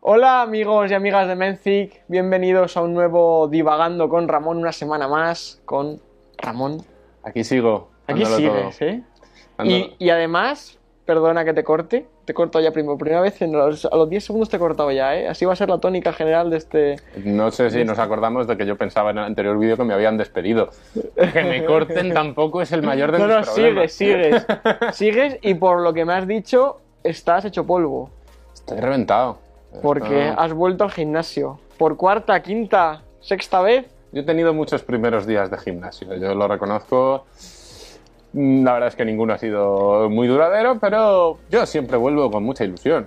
Hola amigos y amigas de Menzik, bienvenidos a un nuevo Divagando con Ramón, una semana más con Ramón. Aquí sigo. Aquí dándolo sigues, todo. ¿eh? Dándolo- Y, y además, perdona que te corte, te he cortado ya primo, primera vez, en los- a los 10 segundos te he cortado ya, ¿eh? Así va a ser la tónica general de este... No sé si nos acordamos de que yo pensaba en el anterior vídeo que me habían despedido. Que me corten tampoco es el mayor de No, mis no, sigues, problemas. sigues, sigues y por lo que me has dicho, estás hecho polvo, Estoy reventado. porque Esto- has vuelto al gimnasio, por cuarta, quinta, sexta vez, Yo he tenido muchos primeros días de gimnasio, yo lo reconozco. Mm, La verdad es que ninguno ha sido muy duradero, pero yo siempre vuelvo con mucha ilusión.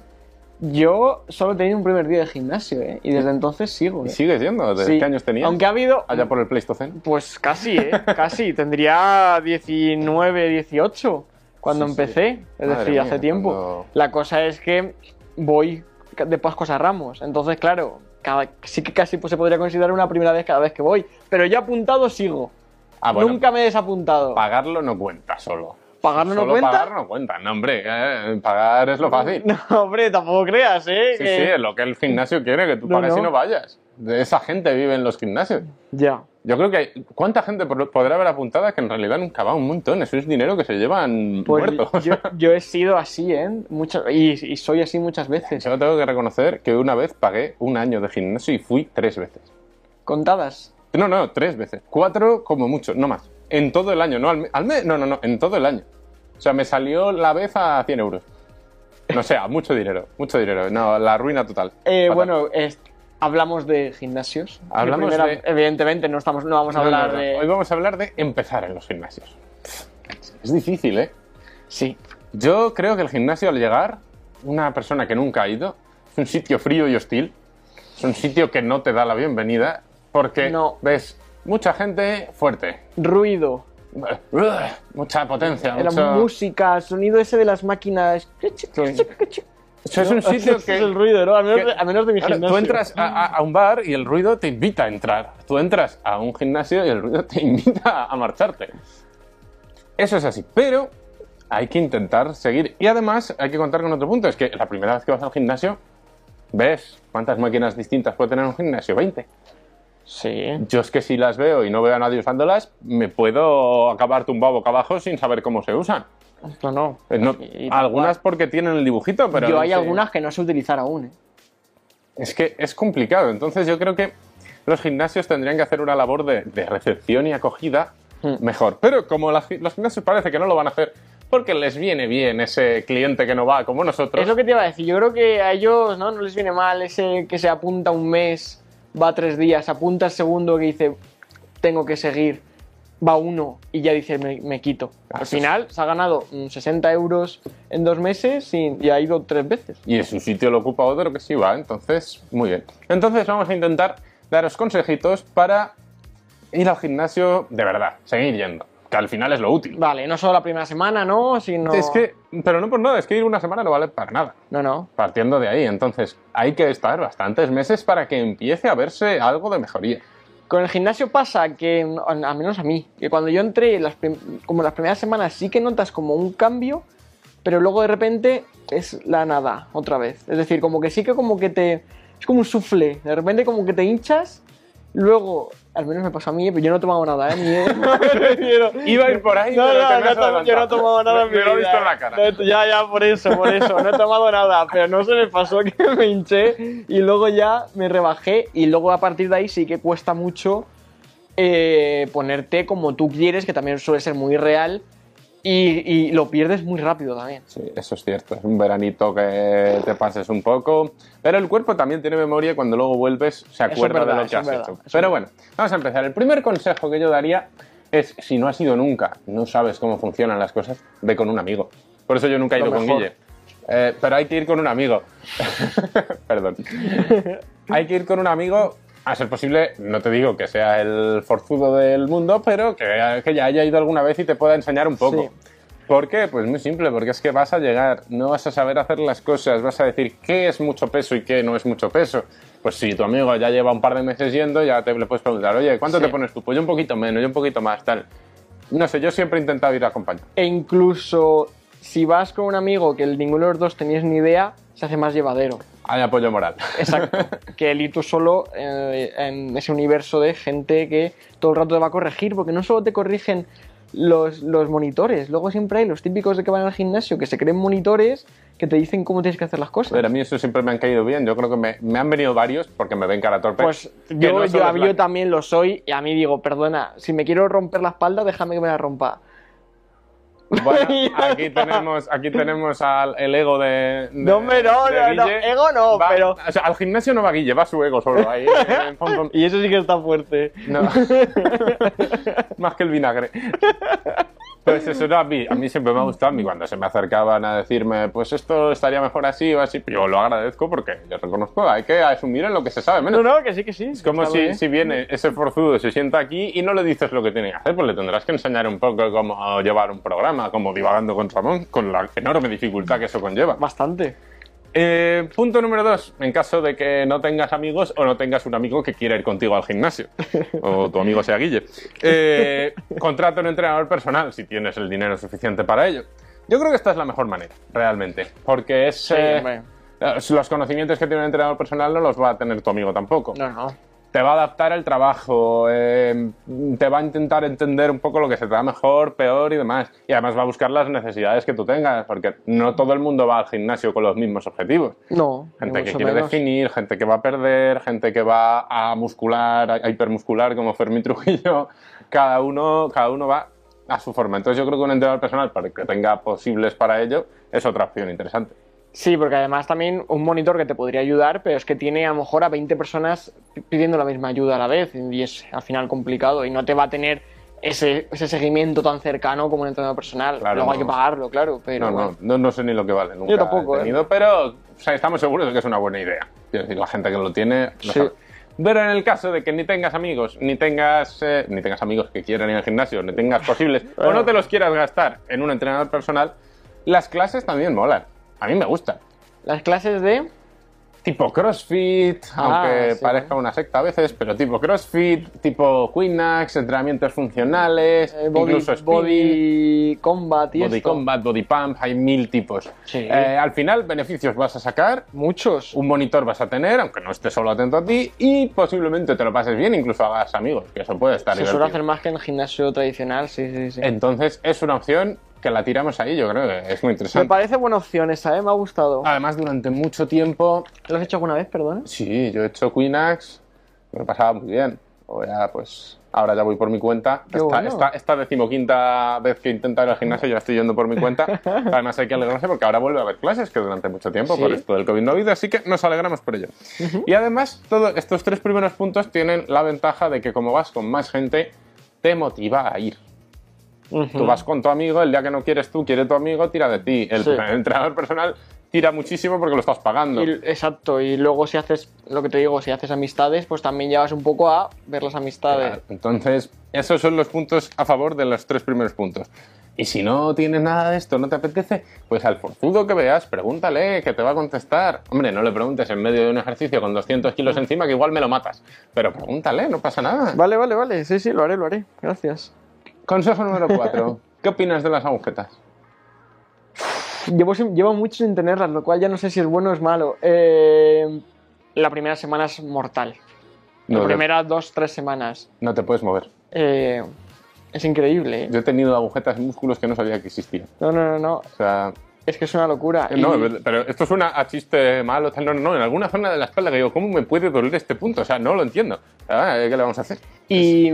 yo solo he tenido un primer día de gimnasio, ¿eh? Y desde entonces sigo, Y ¿eh? sigues yendo, ¿desde Sí. qué años tenías? Aunque ha habido. Allá por el Pleistoceno. Pues casi, ¿eh? Casi. Tendría 19, 18 cuando Sí, sí. empecé. Es Madre decir, mía, hace tiempo. cuando- La cosa es que voy de Pascuas a Ramos. Entonces, claro, cada- sí que casi pues, se podría considerar una primera vez cada vez que voy. Pero ya apuntado sigo. Ah, bueno, Nunca me he desapuntado. pagarlo no cuenta solo. ¿Pagarlo no Solo cuenta? pagar no cuenta, no hombre, eh, pagar es lo fácil. No, hombre, tampoco creas, ¿eh? Sí, Que- sí, es lo que el gimnasio quiere, que tú No, pagues no. y no vayas. De esa gente vive en los gimnasios. Ya. Yo creo que hay- cuánta gente por- podrá haber apuntada que en realidad nunca va un montón. Eso es dinero que se llevan Pues muertos. yo, yo he sido así, ¿eh? Muchas, y, y soy así muchas veces. Yo tengo que reconocer que una vez pagué un año de gimnasio y fui tres veces. Contadas. No, no, tres veces. Cuatro como mucho, no más. En todo el año, no al, me- al mes, no, no, no, en todo el año. O sea, me salió la vez a 100 euros. No sea, mucho dinero, mucho dinero. No, la ruina total. Eh, Fatal. bueno, es- hablamos de gimnasios. Mi Hablamos de- Evidentemente, no, estamos, no vamos a No, no, hablar no. de. Hoy vamos a hablar de empezar en los gimnasios. Es difícil, ¿eh? Sí. Yo creo que el gimnasio al llegar, una persona que nunca ha ido, es un sitio frío y hostil, es un sitio que no te da la bienvenida, porque No. ves mucha gente fuerte, Ruido. mucha potencia, la mucho- música, sonido ese de las máquinas. O sea, es un sitio Ese que... es el ruido, ¿no? A menos, que- de, a menos de mi Claro, gimnasio. tú entras a, a- a un bar y el ruido te invita a entrar. Tú entras a un gimnasio y el ruido te invita a marcharte. Eso es así, pero hay que intentar seguir. Y además hay que contar con otro punto, es que la primera vez que vas al gimnasio, ves cuántas máquinas distintas puede tener un gimnasio, 20. Sí. Yo es que si las veo y no veo a nadie usándolas, me puedo acabar tumbado boca abajo sin saber cómo se usan. No, no. Eh, no- Y- y- algunas porque tienen el dibujito, pero... Yo hay sí. algunas que no sé utilizar aún. ¿eh? Es que es complicado. Entonces yo creo que los gimnasios tendrían que hacer una labor de, de recepción y acogida Hmm. mejor. Pero como las- los gimnasios parece que no lo van a hacer porque les viene bien ese cliente que no va como nosotros. Es lo que te iba a decir. Yo creo que a ellos no, no les viene mal ese que se apunta un mes, va tres días, apunta el segundo que dice tengo que seguir, va uno y ya dice me, me quito. Ah, Al sí, final se ha ganado mm, 60 euros en dos meses y, y ha ido tres veces. Y en su sitio lo ocupa otro que sí va. Entonces, muy bien. Entonces vamos a intentar daros consejitos para ir al gimnasio de verdad, seguir yendo. Que al final es lo útil. Vale, no solo la primera semana, ¿no? Sino... Es que, pero no por nada, es que ir una semana no vale para nada. No, no. partiendo de ahí. Entonces, hay que estar bastantes meses para que empiece a verse algo de mejoría. Con el gimnasio pasa que, mm, al menos a mí, que cuando yo entré, las prim- como las primeras semanas sí que notas como un cambio, pero luego de repente es la nada otra vez. Es decir, como que sí que como que te... Es como un sufle, de repente como que te hinchas, luego, al menos me pasó a mí, pero yo no he tomado nada, ¿eh? Ni he- me refiero- Iba a ir por ahí, No, pero te no, me has no, tomo- yo no he adelantado. tomado nada en Me- mi me lo he visto vida. en la cara. No he to- ya, ya, por eso, por eso. No he tomado nada, pero no se me pasó que me hinché y luego ya me rebajé y luego a partir de ahí sí que cuesta mucho eh, ponerte como tú quieres, que también suele ser muy real y, y lo pierdes muy rápido también. Sí, eso es cierto. Es un veranito que te pases un poco. Pero el cuerpo también tiene memoria y cuando luego vuelves se acuerda verdad, de lo eso que es has verdad, hecho. eso es Pero bueno, vamos a empezar. El primer consejo que yo daría es, si no has ido nunca, no sabes cómo funcionan las cosas, ve con un amigo. Por eso yo nunca he Lo ido con mejor. Guille. Eh, pero hay que ir con un amigo. Perdón. hay que ir con un amigo, a ser posible, no te digo que sea el forzudo del mundo, pero que, que ya haya ido alguna vez y te pueda enseñar un poco. Sí. ¿Por qué? Pues muy simple, porque es que vas a llegar, no vas a saber hacer las cosas, vas a decir qué es mucho peso y qué no es mucho peso. Pues si tu amigo ya lleva un par de meses yendo, ya te le puedes preguntar, oye, ¿cuánto Sí. te pones tú? Pues yo un poquito menos, yo un poquito más, tal. No sé, yo siempre he intentado ir acompañado. E incluso si vas con un amigo que ninguno de los dos tenías ni idea, se hace más llevadero. Hay apoyo moral. Exacto. que el ir tú solo eh, en ese universo de gente que todo el rato te va a corregir, porque no solo te corrigen los, los monitores, luego siempre hay los típicos de que van al gimnasio que se creen monitores que te dicen cómo tienes que hacer las A ver, a cosas. mí eso siempre me han caído bien. Yo creo que me, me han venido varios porque me ven cara torpe. Pues Que yo, no yo, solo es yo blanco. también lo soy y a mí digo, perdona, si me quiero romper la espalda, déjame que me la rompa. Bueno, aquí tenemos, aquí tenemos al el ego de. de- No, hombre, no, de no, no, Guille. ego no, Va- pero- O sea, al gimnasio no va Guille, va su ego solo ahí. en pom, pom. Y eso sí que está fuerte. No. Más que el vinagre. Pues eso no, a mí, a mí siempre me ha gustado. A mí cuando se me acercaban a decirme, pues esto estaría mejor así o así, yo lo agradezco porque yo reconozco, hay que asumir en lo que se sabe menos. No, no, que sí, que sí. Es como Está si, bien. si viene ese forzudo, se sienta aquí y no le dices lo que tiene que hacer, pues le tendrás que enseñar un poco cómo llevar un programa, como divagando con Ramón, con la enorme dificultad que eso conlleva. Bastante. Eh, punto número dos, en caso de que no tengas amigos o no tengas un amigo que quiera ir contigo al gimnasio, o tu amigo sea Guille, Eh, contrata un entrenador personal si tienes el dinero suficiente para ello. Yo creo que esta es la mejor manera, realmente, porque es... eh, hombre. los conocimientos que tiene un entrenador personal no los va a tener tu amigo tampoco No, no. te va a adaptar al trabajo, eh, te va a intentar entender un poco lo que se te da mejor, peor y demás. Y además va a buscar las necesidades que tú tengas, porque no todo el mundo va al gimnasio con los mismos objetivos. No. ni Gente que mucho quiere menos. definir, gente que va a perder, gente que va a muscular, a a hipermuscular como Fermín Trujillo. Cada uno, cada uno va a su forma. Entonces yo creo que un entrenador personal, para que tenga posibles para ello, es otra opción interesante. Sí, porque además también un monitor que te podría ayudar, pero es que tiene a lo mejor a 20 personas pidiendo la misma ayuda a la vez y es al final complicado y no te va a tener ese, ese seguimiento tan cercano como un entrenador personal. Claro, Luego hay no. que pagarlo, claro, pero No, no, bueno. no, no sé ni lo que vale. Nunca Yo tampoco, he ¿eh? tenido, Pero o sea, estamos seguros de que es una buena idea. Quiero decir, la gente que lo tiene. lo Sí. sabe. Pero en el caso de que ni tengas amigos, ni tengas, eh, ni tengas amigos que quieran ir al gimnasio, ni tengas posibles, o no te los quieras gastar en un entrenador personal, las clases también molan. A mí me gustan. las clases de... Tipo CrossFit, Ah, aunque sí. parezca una secta a veces, pero tipo CrossFit, tipo Quinax, entrenamientos funcionales, eh, body, incluso spinning. body combat y Body esto. Combat, Body Pump, hay mil tipos. Sí. Eh, al final, beneficios vas a sacar, Muchos. un monitor vas a tener, aunque no estés solo atento a ti, y posiblemente te lo pases bien, incluso hagas amigos, que eso puede estar Se suele divertido. hacer más que en el gimnasio tradicional, sí, sí, sí. Entonces, es una opción que la tiramos ahí, yo creo que es muy Me interesante. parece buena opción esa, ¿eh? Me ha gustado. Además, durante mucho tiempo, ¿Lo has hecho alguna vez, perdona? sí, yo he hecho Quinax, me lo pasaba muy bien. Ahora, pues, ahora ya voy por mi cuenta. Qué esta, bueno. esta- esta decimoquinta vez que intento ir al gimnasio, ya estoy yendo por mi cuenta. Además, hay que alegrarse porque ahora vuelve a haber clases, que durante mucho tiempo Sí. por esto del COVID no ha habido, así que nos alegramos por ello. Y además, todos estos tres primeros puntos tienen la ventaja de que, como vas con más gente, te motiva a ir. Tú vas con tu amigo, el día que no quieres tú, quiere tu amigo, tira de ti. El, Sí. entrenador personal tira muchísimo porque lo estás pagando. Y- exacto, y luego si haces, lo que te digo, si haces amistades, pues también llevas un poco a ver las amistades. Claro, Entonces, esos son los puntos a favor de los tres primeros puntos. Y si no tienes nada de esto, no te apetece, pues al forzudo que veas, pregúntale, que te va a contestar. Hombre, no le preguntes en medio de un ejercicio con 200 kilos encima, que igual me lo matas. Pero pregúntale, no pasa nada. Vale, vale, vale, sí, sí, lo haré, lo haré, gracias. Consejo número 4. ¿Qué opinas de las agujetas? Llevo, sin- llevo mucho sin tenerlas, lo cual ya no sé si es bueno o es malo. Eh, la primera semana es mortal. No, la te- primera dos, tres semanas. no te puedes mover. Eh, es increíble. ¿eh? Yo he tenido agujetas en músculos que no sabía que existían. No, no, no, no, O sea, es que es una locura. Eh, No, Y- pero esto suena a chiste malo, tal, no, no, no, en alguna zona de la espalda que digo, ¿cómo me puede doler este punto? O sea, no lo entiendo. Ah, ¿Qué le vamos a hacer? y,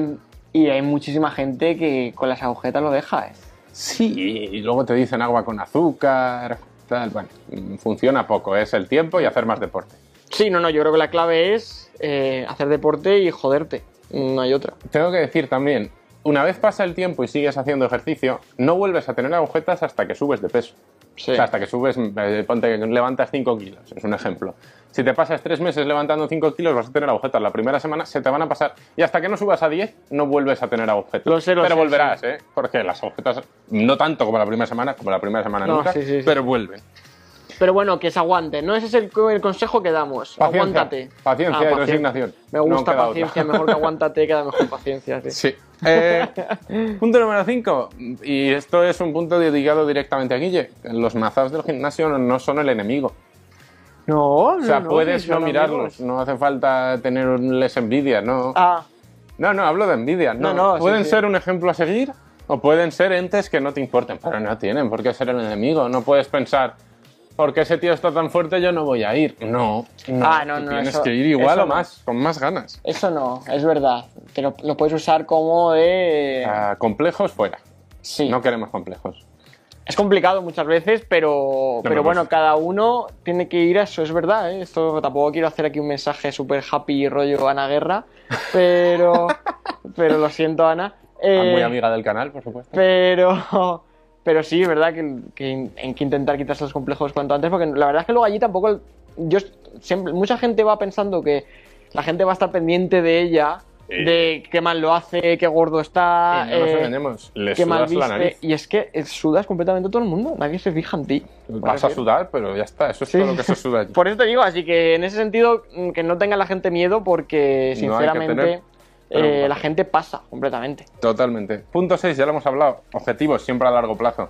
y hay muchísima gente que con las agujetas lo deja. ¿eh? Sí, y luego te dicen agua con azúcar, tal, bueno, mm, funciona poco, es el tiempo y hacer más deporte. Sí, no, no, yo creo que la clave es eh, hacer deporte y joderte. No hay otra. Tengo que decir también, una vez pasa el tiempo y sigues haciendo ejercicio, no vuelves a tener agujetas hasta que subes de peso. Sí. O sea, hasta que subes, eh, ponte que levantas 5 kilos, es un ejemplo. Si te pasas 3 meses levantando 5 kilos, vas a tener agujetas. La primera semana se te van a pasar. Y hasta que no subas a 10, no vuelves a tener agujetas. Lo sé, lo pero sé, volverás, sí. ¿eh? Porque las agujetas, no tanto como la primera semana, como la primera semana No, nunca, sí, sí, sí. pero vuelven. Pero bueno, que se aguante, ¿no? Ese es el, el consejo que damos. Paciencia, aguántate. paciencia y pacien- resignación. Me No gusta queda paciencia, otra. mejor que aguántate, queda mejor paciencia. sí. Sí. Eh, punto número 5. Y esto es un punto dedicado directamente a Guille. Los mazas del gimnasio no son el enemigo. No, O sea, puedes no mirarlos, no hace falta tenerles envidia, ¿no? Ah, No, no, hablo de envidia. No, No, no, sí, pueden sí. ser un ejemplo a seguir o pueden ser entes que no te importen, pero no tienen por qué ser el enemigo. No puedes pensar, porque ese tío está tan fuerte, yo no voy a ir. No, no, Ah, no, tú no, tienes eso- que ir igual eso o no. más, con más ganas. eso no, es verdad. Que lo, lo puedes usar como de. Ah, complejos fuera. sí. No queremos complejos. Es complicado muchas veces, pero, me pero bueno, pasa. cada uno tiene que ir a eso, es verdad. ¿eh? Esto tampoco quiero hacer aquí un mensaje súper happy rollo Ana Guerra, pero, pero lo siento, Ana. Ah, Eh, Muy amiga del canal, por supuesto. Pero, pero sí, es verdad que, que in- hay que intentar quitarse los complejos cuanto antes, porque la verdad es que luego allí tampoco. el- Yo s- siempre, mucha gente va pensando que la gente va a estar pendiente de ella, Eh. de qué mal lo hace, qué gordo Y está. no nos eh, engañemos, les qué mal sudas la viste. nariz. Y es que eh, sudas completamente a todo el mundo, nadie se fija en ti. me Vas a refiero. sudar, pero ya está, eso es Sí. todo lo que se suda allí. Por eso te digo, así que en ese sentido, mm, que no tenga la gente miedo, porque No hay que tener sinceramente eh, preocupación. la gente pasa completamente. Totalmente. Punto 6, ya lo hemos hablado. Objetivos siempre a largo plazo.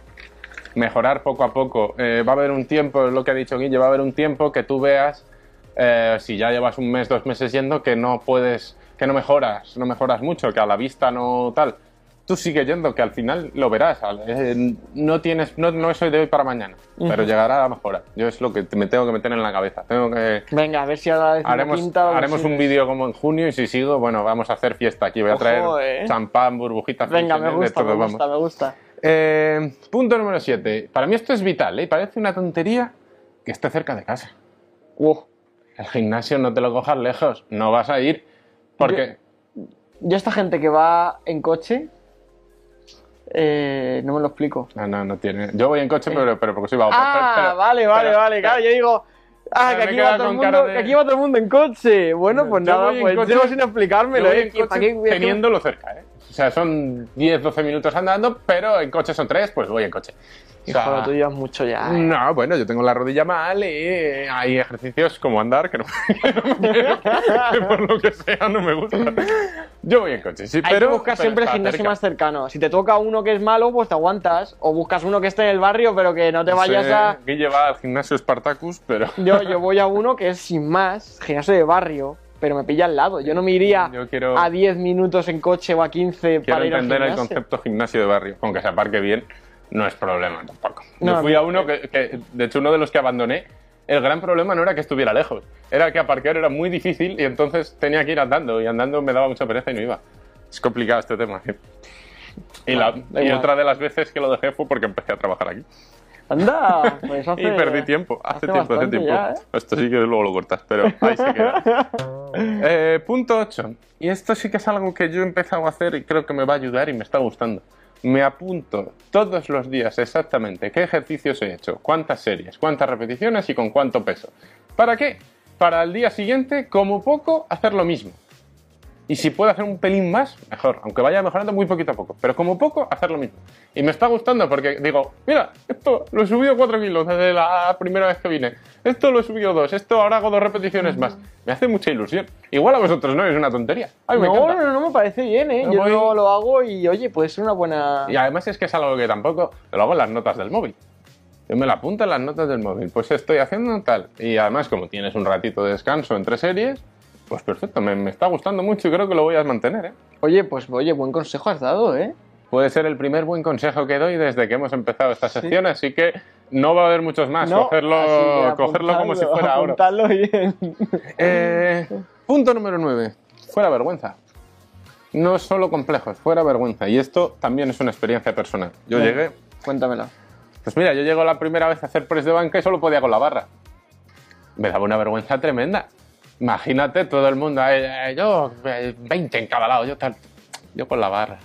Mejorar poco a poco. Eh, va a haber un tiempo, es lo que ha dicho Guille, va a haber un tiempo que tú veas, eh, si ya llevas un mes, dos meses yendo, que no puedes, que no mejoras, no mejoras mucho, que a la vista no tal. Tú sigue yendo, que al final lo verás. al- eh, no tienes, no, no es hoy de hoy para mañana, pero llegará a mejorar. Yo es lo que te- me tengo que meter en la cabeza. Tengo que Venga, a ver si ahora decimos Haremos, quinta, o haremos si- un vídeo como en junio y si sigo, bueno, vamos a hacer fiesta aquí. Voy a Ojo, traer eh. champán, burbujitas, Venga, me frijoles, de gusta, todo, me vamos. gusta, me gusta. Eh, punto número 7. Para mí esto es vital, ¿eh? Y Parece una tontería que esté cerca de casa. Wow. El gimnasio no te lo cojas lejos, no vas a ir. Porque Yo esta gente que va en coche, eh, no me lo explico. Ah, no, no, no tiene. Yo voy en coche, pero, pero porque soy vago. Ah, Pero- pero- vale, vale, pero- vale. Claro, yo digo, ah, Pero que me aquí, he va quedado todo el con cara mundo, de- que aquí va todo el mundo en coche. Bueno, No, pues yo nada, voy en pues coche- llevo sin explicármelo, yo voy ¿eh? en ¿Para coche qué voy a- teniéndolo cerca, ¿eh? O sea, son 10-12 minutos andando, pero en coche son 3, pues voy en coche. O sea, Hijo, tú llevas mucho ya. ¿eh? No, bueno, yo tengo la rodilla mal y eh, hay ejercicios como andar que, no, que no me- que por lo que sea no me gustan. Yo voy en coche, sí, Hay pero. que buscar pero siempre el está gimnasio cerca. más cercano. Si te toca uno que es malo, pues te aguantas. O buscas uno que esté en el barrio, pero que no te No sé, vayas a. Guille va al gimnasio Spartacus, pero. Yo, yo voy a uno que es sin más, gimnasio de barrio, pero me pilla al lado. Yo no me iría Yo quiero- a 10 minutos en coche o a 15 Quiero para ir al entender el gimnasio. concepto gimnasio de barrio. Aunque se aparque bien, no es problema tampoco. No, Yo fui a uno que, que- de hecho, uno de los que abandoné, el gran problema no era que estuviera lejos, era que aparcar era muy difícil y entonces tenía que ir andando y andando me daba mucha pereza y no iba. Es complicado este tema. ¿eh? Y, la- da y igual. otra de las veces que lo dejé fue porque empecé a trabajar aquí. Anda, pues hace... Y perdí tiempo, hace, hace tiempo, hace bastante tiempo. ya, ¿eh? Esto sí que luego lo cortas, pero ahí se queda. Eh, punto 8. Y esto sí que es algo que yo he empezado a hacer y creo que me va a ayudar y me está gustando. Me apunto todos los días exactamente qué ejercicios he hecho, cuántas series, cuántas repeticiones y con cuánto peso. ¿Para qué? Para al día siguiente, como poco, hacer lo mismo. Y si puedo hacer un pelín más, mejor. Aunque vaya mejorando muy poquito a poco. Pero como poco, hacer lo mismo. Y me está gustando porque digo, mira, esto lo he subido 4 kilos desde la primera vez que vine. Esto lo he subido 2. Esto ahora hago dos repeticiones más. Me hace mucha ilusión. Igual a vosotros no, es una tontería. A mí me No, encanta. no, no me parece bien, ¿eh? Me Yo voy- luego lo hago y, oye, puede ser una buena... Y además es que es algo que tampoco lo hago en las notas del móvil. Yo me la apunto en las notas del móvil. Pues estoy haciendo tal. Y además, como tienes un ratito de descanso entre series, pues perfecto. Me, me está gustando mucho y creo que lo voy a mantener, ¿eh? Oye, pues, oye, buen consejo has dado, ¿eh? Puede ser el primer buen consejo que doy desde que hemos empezado esta sección, así que no va a haber muchos más. Ah, cogerlo, así que cogerlo como si apuntadlo, fuera ahora. Eh, apuntadlo bien. punto número 9. Fuera vergüenza. No solo complejos, fuera vergüenza. Y esto también es una experiencia personal. Yo Venga. llegué, Cuéntamelo. pues mira, yo llego la primera vez a hacer press de banca y solo podía con la barra. Me daba una vergüenza tremenda. Imagínate todo el mundo, eh, eh, yo eh, 20 en cada lado, yo tal, yo con la barra.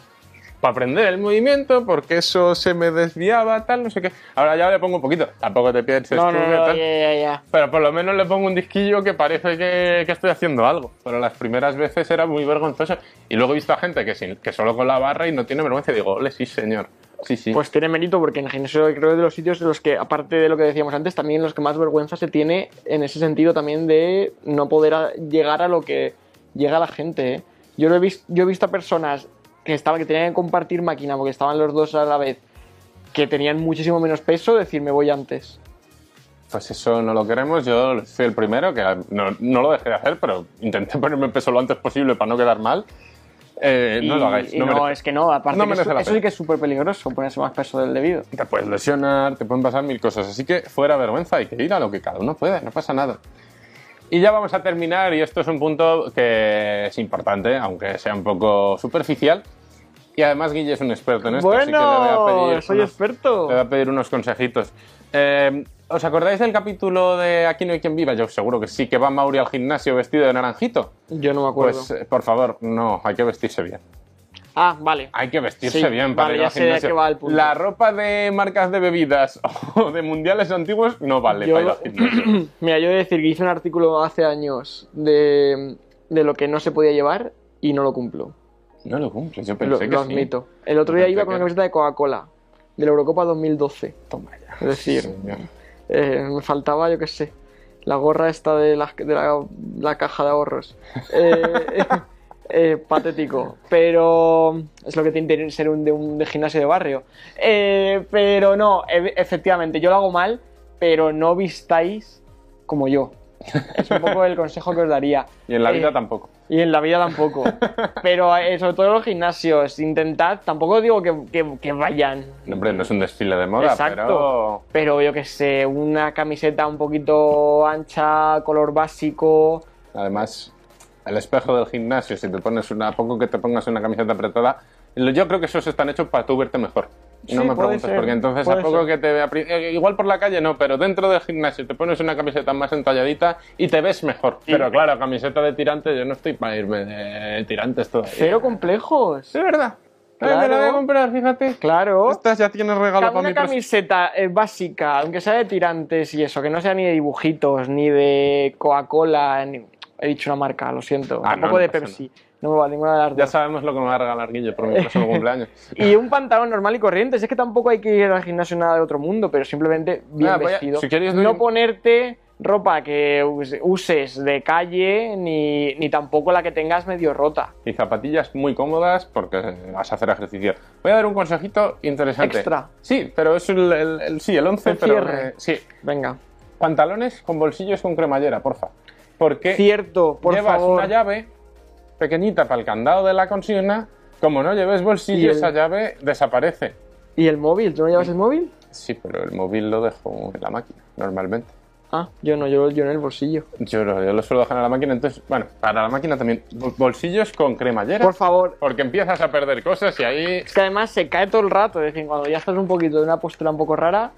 Para aprender el movimiento, porque eso se me desviaba, tal, no sé qué. Ahora ya le pongo un poquito, tampoco te pienses No, tú no, que no, tal. ya, ya, ya. Pero por lo menos le pongo un disquillo que parece que, que estoy haciendo algo. Pero las primeras veces era muy vergonzoso. Y luego he visto a gente que, sin- que solo con la barra y no tiene vergüenza. Y digo, ole, sí, señor. Sí, sí. Pues tiene mérito porque en el gimnasio creo que es de los sitios de los que, aparte de lo que decíamos antes, también los que más vergüenza se tiene en ese sentido también de no poder a- llegar a lo que llega la gente. ¿eh? Yo, lo he visto, yo he visto a personas que, estaban, que tenían que compartir máquina porque estaban los dos a la vez, que tenían muchísimo menos peso, decir me voy antes. pues eso no lo queremos. Yo fui el primero, que no, no lo dejé de hacer, pero intenté ponerme peso lo antes posible para no quedar mal. Eh, no Y- lo hagáis. y no no, merece. es que no, aparte No que merece eso, la eso pena. sí que es súper peligroso, ponerse más peso del debido. Te puedes lesionar, te pueden pasar mil cosas. Así que fuera vergüenza, hay que ir a lo que cada uno pueda, no pasa nada. Y ya vamos a terminar, y esto es un punto que es importante, aunque sea un poco superficial. Y además Guille es un experto en esto, así que le voy a bueno, pedir soy unos- experto. Te voy a pedir unos consejitos. Eh, ¿Os acordáis del capítulo de Aquí no hay quien viva? Yo seguro que sí, que va Mauri al gimnasio vestido de naranjito. Yo no me acuerdo. Pues, eh, por favor, no, hay que vestirse bien. ah, vale. Hay que vestirse Sí, bien para vale, ir al ya sé de gimnasio. qué va el punto. La ropa de marcas de bebidas o de mundiales antiguos no vale Yo- para ir al gimnasio. Mira, yo he de decir que hice un artículo hace años de, de lo que no se podía llevar y no lo cumplo. No lo cumple, yo Lo, pensé que lo sí. admito. El otro día Pensé iba con que una no. camiseta de Coca-Cola, de la Eurocopa 2012. Toma ya. Es decir, señor. eh, me faltaba, yo qué sé, la gorra esta de la, de la, la caja de ahorros. Eh, eh, patético. Pero es lo que tiene que ser un de, un de gimnasio de barrio. Eh, pero no, e- efectivamente, yo lo hago mal, pero no vistáis como yo. Es un poco el consejo que os daría. Y en la Eh, vida tampoco. Y en la vida tampoco. Pero eh, sobre todo en los gimnasios, intentad, tampoco digo que, que- que vayan. No, Hombre, no es un desfile de moda, Exacto. Pero yo que sé, una camiseta un poquito ancha, color básico. pero además el espejo del gimnasio, si te pones una, a poco que te pongas una camiseta apretada, lo- yo creo que esos están hechos para tú verte mejor. Sí, no me puede preguntes, ser, porque entonces a puede poco ser. que te vea pri- eh, igual por la calle no, pero dentro del gimnasio te pones una camiseta más entalladita y te ves mejor. Pero claro, camiseta de tirantes, yo no estoy para irme de tirantes todavía. Cero complejos. Es verdad. Ay, me la Claro. voy a comprar, fíjate. Claro. Estas ya tienes regalo para Una mi próximo- camiseta eh, básica, aunque sea de tirantes y eso, que no sea ni de dibujitos, ni de Coca-Cola, ni... he dicho una marca, lo siento, Ah, no, tampoco no de pasa Pepsi, no me vale ninguna de las Ya dos. sabemos lo que me va a regalar Guille por mi próximo cumpleaños. Y un pantalón normal y corriente, si es que tampoco hay que ir al gimnasio nada de otro mundo, pero simplemente bien Nada, Ah, voy a- vestido. si quieres, doy no un- ponerte ropa que us- uses de calle, ni, ni tampoco la que tengas medio rota. y zapatillas muy cómodas porque vas a hacer ejercicio. Voy a dar un consejito interesante. Extra. Sí, pero es el, el- el- sí, el 11, El pero cierre. eh, sí, Venga. pantalones con bolsillos con cremallera, porfa. Porque Cierto, por Eh, llevas favor. una llave pequeñita para el candado de la consigna, como no lleves Y bolsillo el- esa llave desaparece. ¿Y el móvil? ¿Tú no llevas el móvil? Sí, pero el móvil lo dejo en la máquina normalmente. Ah, yo no, yo, yo en el bolsillo. Yo lo, yo lo suelo dejar en la máquina, entonces, bueno, para la máquina también, bol- bolsillos con cremallera, Por favor, porque empiezas a perder cosas y ahí Es que además se cae todo el rato, es decir, cuando ya estás un poquito de una postura un poco rara,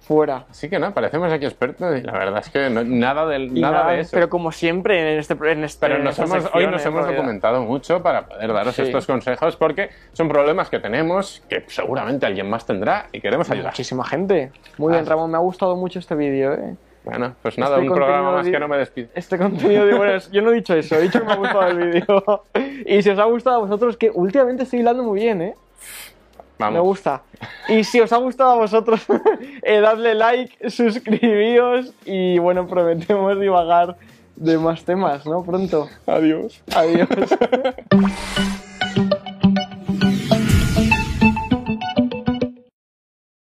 fuera. Así que no, parecemos aquí expertos y la verdad es que no- nada, de, Y ¿eh? nada, de eso. Pero Pero, como siempre en este en este en nos esta hemos- hoy sección, nos en hemos realidad. documentado mucho para poder daros Sí. estos consejos porque son problemas que tenemos que seguramente alguien más tendrá y queremos ayudar. Muchísima gente. Muy bien, Ah. Ramón, me ha gustado mucho este vídeo, ¿eh? Bueno, pues nada, Este un programa contenido más que de- no me despido. Este contenido de bueno, es- yo no he dicho eso, he dicho que me ha gustado el vídeo. y si os ha gustado a vosotros, que últimamente estoy hablando muy bien, ¿eh? Me Vamos. gusta. Y si os ha gustado a vosotros, eh, dadle like, suscribíos y bueno, prometemos divagar de más temas, ¿no? Pronto. Adiós. Adiós.